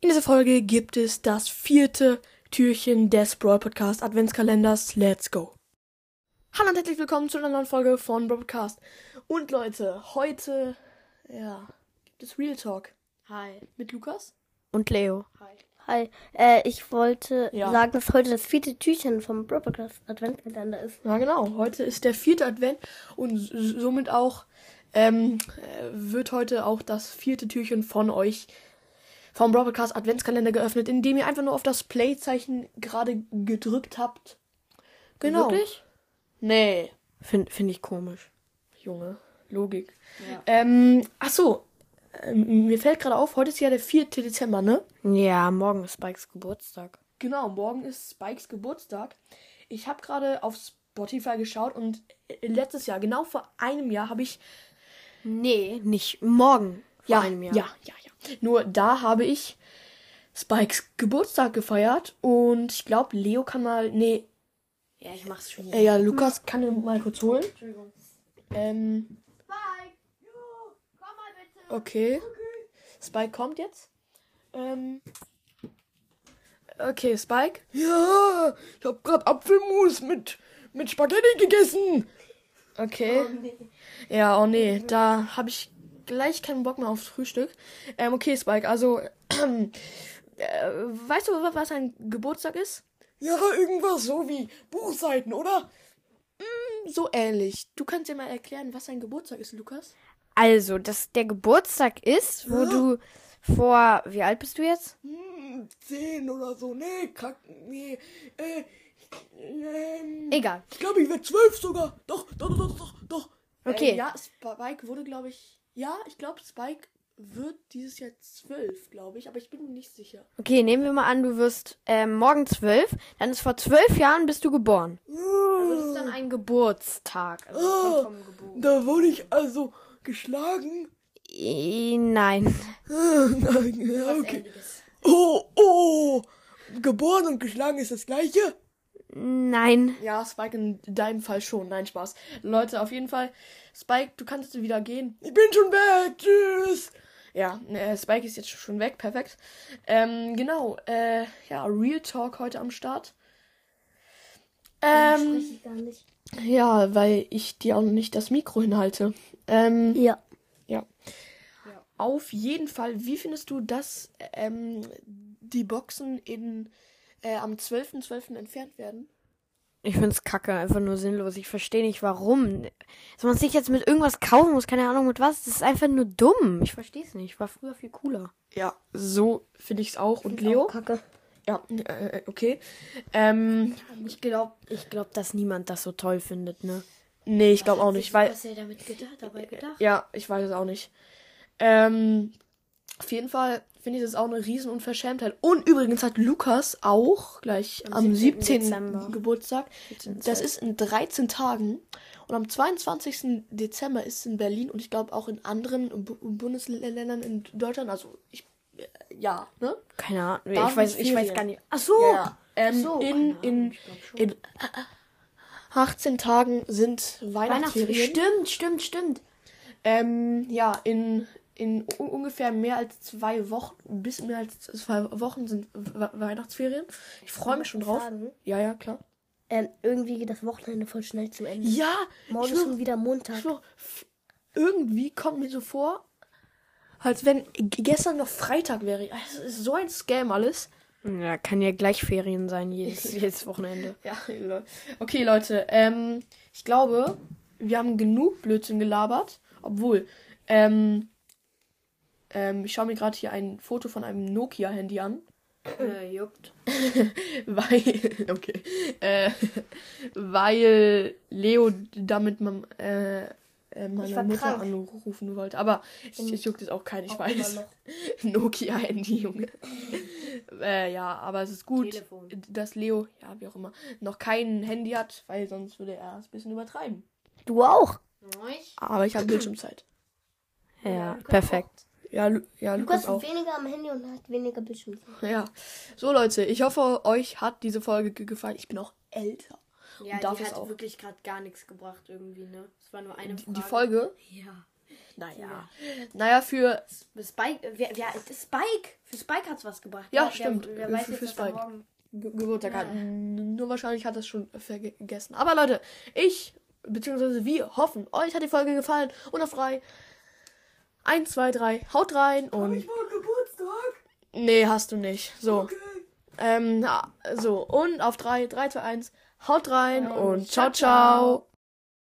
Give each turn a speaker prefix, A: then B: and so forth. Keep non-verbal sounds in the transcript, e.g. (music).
A: In dieser Folge gibt es das vierte Türchen des Brawl Podcast Adventskalenders. Let's go! Hallo und herzlich willkommen zu einer neuen Folge von Brawl Podcast. Und Leute, heute, ja, gibt es Real Talk
B: Hi.
A: mit Lukas.
C: Und Leo.
B: Hi.
C: Hi. Äh, ich wollte
A: Ja.
C: sagen, dass heute das vierte Türchen vom Broadcast Adventkalender ist.
A: Ja, genau. Heute ist der vierte Advent und s- somit auch ähm, äh, wird heute auch das vierte Türchen von euch vom Broadcast Adventskalender geöffnet, indem ihr einfach nur auf das Play-Zeichen gerade gedrückt habt. Genau.
B: Wirklich?
A: Nee.
B: Finde find ich komisch.
A: Junge, Logik.
B: Ja.
A: Ähm, ach so. Ähm, mir fällt gerade auf, heute ist ja der 4. Dezember, ne?
B: Ja, morgen ist Spikes Geburtstag.
A: Genau, morgen ist Spikes Geburtstag. Ich habe gerade auf Spotify geschaut und äh, letztes Jahr, genau vor einem Jahr, habe ich
B: Nee, nicht morgen. Vor
A: ja,
B: einem Jahr.
A: Ja, ja, ja. Nur da habe ich Spikes Geburtstag gefeiert und ich glaube, Leo kann mal. Nee,
B: Ja, ich mach's schon.
A: äh, ja, Lukas kann ihn mal kurz holen.
C: Entschuldigung.
A: Ähm,
C: Spike, Ju, komm mal bitte.
A: okay. Spike kommt jetzt. Ähm. Okay, Spike. Ja, ich habe gerade Apfelmus mit, mit Spaghetti gegessen.
C: Oh,
A: Okay. Ja, oh nee, da habe ich gleich keinen Bock mehr aufs Frühstück. Ähm, okay, Spike, also, (clears throat) ähm, äh, weißt du, wa- was ein Geburtstag ist? Ja, irgendwas so wie Buchseiten, oder? Mm, so ähnlich. Du kannst dir mal erklären, was ein Geburtstag ist, Lukas?
B: Also, dass der Geburtstag ist, wo du vor. Wie alt bist du jetzt?
A: Hm, zehn oder so. Nee, kack, nee. Äh, ähm,
B: Egal.
A: ich glaube, ich werde zwölf sogar. Doch, doch, doch, doch, doch, doch.
B: Okay.
A: Äh, ja, Spike wurde, glaube ich. Ja, ich glaube, Spike wird dieses Jahr zwölf, glaube ich, aber ich bin mir nicht sicher.
B: Okay, nehmen wir mal an, du wirst ähm, morgen zwölf. Dann ist vor zwölf Jahren bist du geboren. Also, das ist dann ein Geburtstag. Also, das kommt vom Geburt.
A: Ah, Da wurde ich also geschlagen.
B: Äh, Nein.
A: Ah, Nein, ja, okay. Oh, oh. Geboren und geschlagen ist das gleiche?
B: Nein.
A: Ja, Spike, in deinem Fall schon. Nein, Spaß. Leute, auf jeden Fall. Spike, du kannst wieder gehen. Ich bin schon weg. Tschüss. Ja, äh, Spike ist jetzt schon weg. Perfekt. Ähm, genau. Äh, ja, Real Talk heute am Start. Ähm,
C: ich gar nicht.
A: ja, weil ich dir auch noch nicht das Mikro hinhalte. Ähm,
C: Ja.
A: auf jeden Fall, wie findest du, dass ähm, die Boxen in, äh, am 12.12. entfernt werden?
B: Ich find's kacke, einfach nur sinnlos. Ich verstehe nicht, warum. Dass man sich jetzt mit irgendwas kaufen muss, keine Ahnung mit was. Das ist einfach nur dumm. Ich versteh's nicht. War früher viel cooler.
A: Ja, so finde ich's auch. Und Leo?
C: Oh, Kacke.
A: Ja, äh, okay. Ähm,
B: Ich glaube, ich glaub, dass niemand das so toll findet, ne? Äh,
A: nee, ich glaube auch nicht, weil.
C: er damit gedacht, dabei gedacht?
A: Ja, ich weiß es auch nicht. Ähm, auf jeden Fall finde ich das auch eine Riesenunverschämtheit. Und übrigens hat Lukas auch gleich am,
B: Am
A: 17.
B: 17. Dezember.
A: Geburtstag. Das ist in 13 Tagen. Und am 22. Dezember ist in Berlin und ich glaube auch in anderen Bu Bundesländern in Deutschland. Also, ich. Ja, ne?
B: Keine Ahnung.
A: Da
B: ich weiß,
A: sind
B: ich weiß
A: Ferien.
B: gar nicht. Ach so.
A: Ja, ja. Ähm,
B: so,
A: in,
B: keine Ahnung,
A: in,
B: ich glaub schon.
A: in 18 Tagen sind
B: Weihnachtsferien.
A: Weihnachtsferien.
B: Stimmt, stimmt, stimmt.
A: Ähm, ja, in, in u- ungefähr mehr als zwei Wochen, bis mehr als zwei Wochen sind We Weihnachtsferien. Ich freue mich schon drauf.
C: Sagen,
A: Ja, ja, klar.
C: ähm, irgendwie geht das Wochenende voll schnell zu Ende.
A: Ja,
C: Morgen
A: ich
C: ist
A: schwöre,
C: schon wieder
A: ich
C: Montag.
A: schwöre, f- irgendwie kommt mir so vor, als wenn g- gestern noch Freitag wäre. Also, Es ist so ein Scam alles.
B: Ja, kann ja gleich Ferien sein, (laughs) jedes, jedes Wochenende.
A: (laughs) Ja, lol. okay, Leute. Ähm, ich glaube, wir haben genug Blödsinn gelabert. Obwohl, ähm, ähm, ich schaue mir gerade hier ein Foto von einem Nokia-Handy an.
B: Äh, juckt.
A: (laughs) Weil, okay, äh, weil Leo damit man, äh, äh,
C: Ich
A: meine
C: war
A: Mutter
C: krank.
A: anrufen wollte. Aber es, es juckt es auch kein, ich
C: Auch
A: weiß.
C: immer noch.
A: Nokia-Handy, Junge. (laughs) äh, ja, aber es ist gut,
B: Telefon.
A: dass Leo, ja, wie auch immer, noch kein Handy hat, weil sonst würde er es ein bisschen übertreiben.
C: Du auch.
A: Aber ich habe Bildschirmzeit.
B: Ja, perfekt.
A: Ja, Lu ja, Lukas,
C: Lukas ist
A: auch.
C: weniger am Handy und hat weniger Bildschirm.
A: Ja. So, Leute, ich hoffe, euch hat diese Folge ge- gefallen. Ich bin auch älter.
D: Ja,
A: Und darf
D: die
A: es
D: hat
A: auch.
D: wirklich gerade gar nichts gebracht irgendwie, ne? Es war nur eine
A: Die,
D: Frage.
A: die Folge
D: Ja.
A: Naja. Naja, für.
D: Für Spike, äh, wer, wer, Spike, für Spike hat's was gebracht.
A: Ja,
D: ne? wer-
A: stimmt.
D: Wer, wer
A: Für-
D: weiß
A: für
D: jetzt, was
A: Spike.
D: Spike. Morgen.
A: Ge Geburtstag hat. Nur wahrscheinlich hat das schon vergessen. Aber Leute, ich, beziehungsweise wir hoffen, euch hat die Folge gefallen. Und auf frei. Eins, zwei, drei. Haut rein und.
E: Ich war Geburtstag.
A: Nee, hast du nicht. So.
E: Okay.
A: Ähm, na, so. Und auf drei, drei, zwei, eins. Haut rein und ciao. ciao.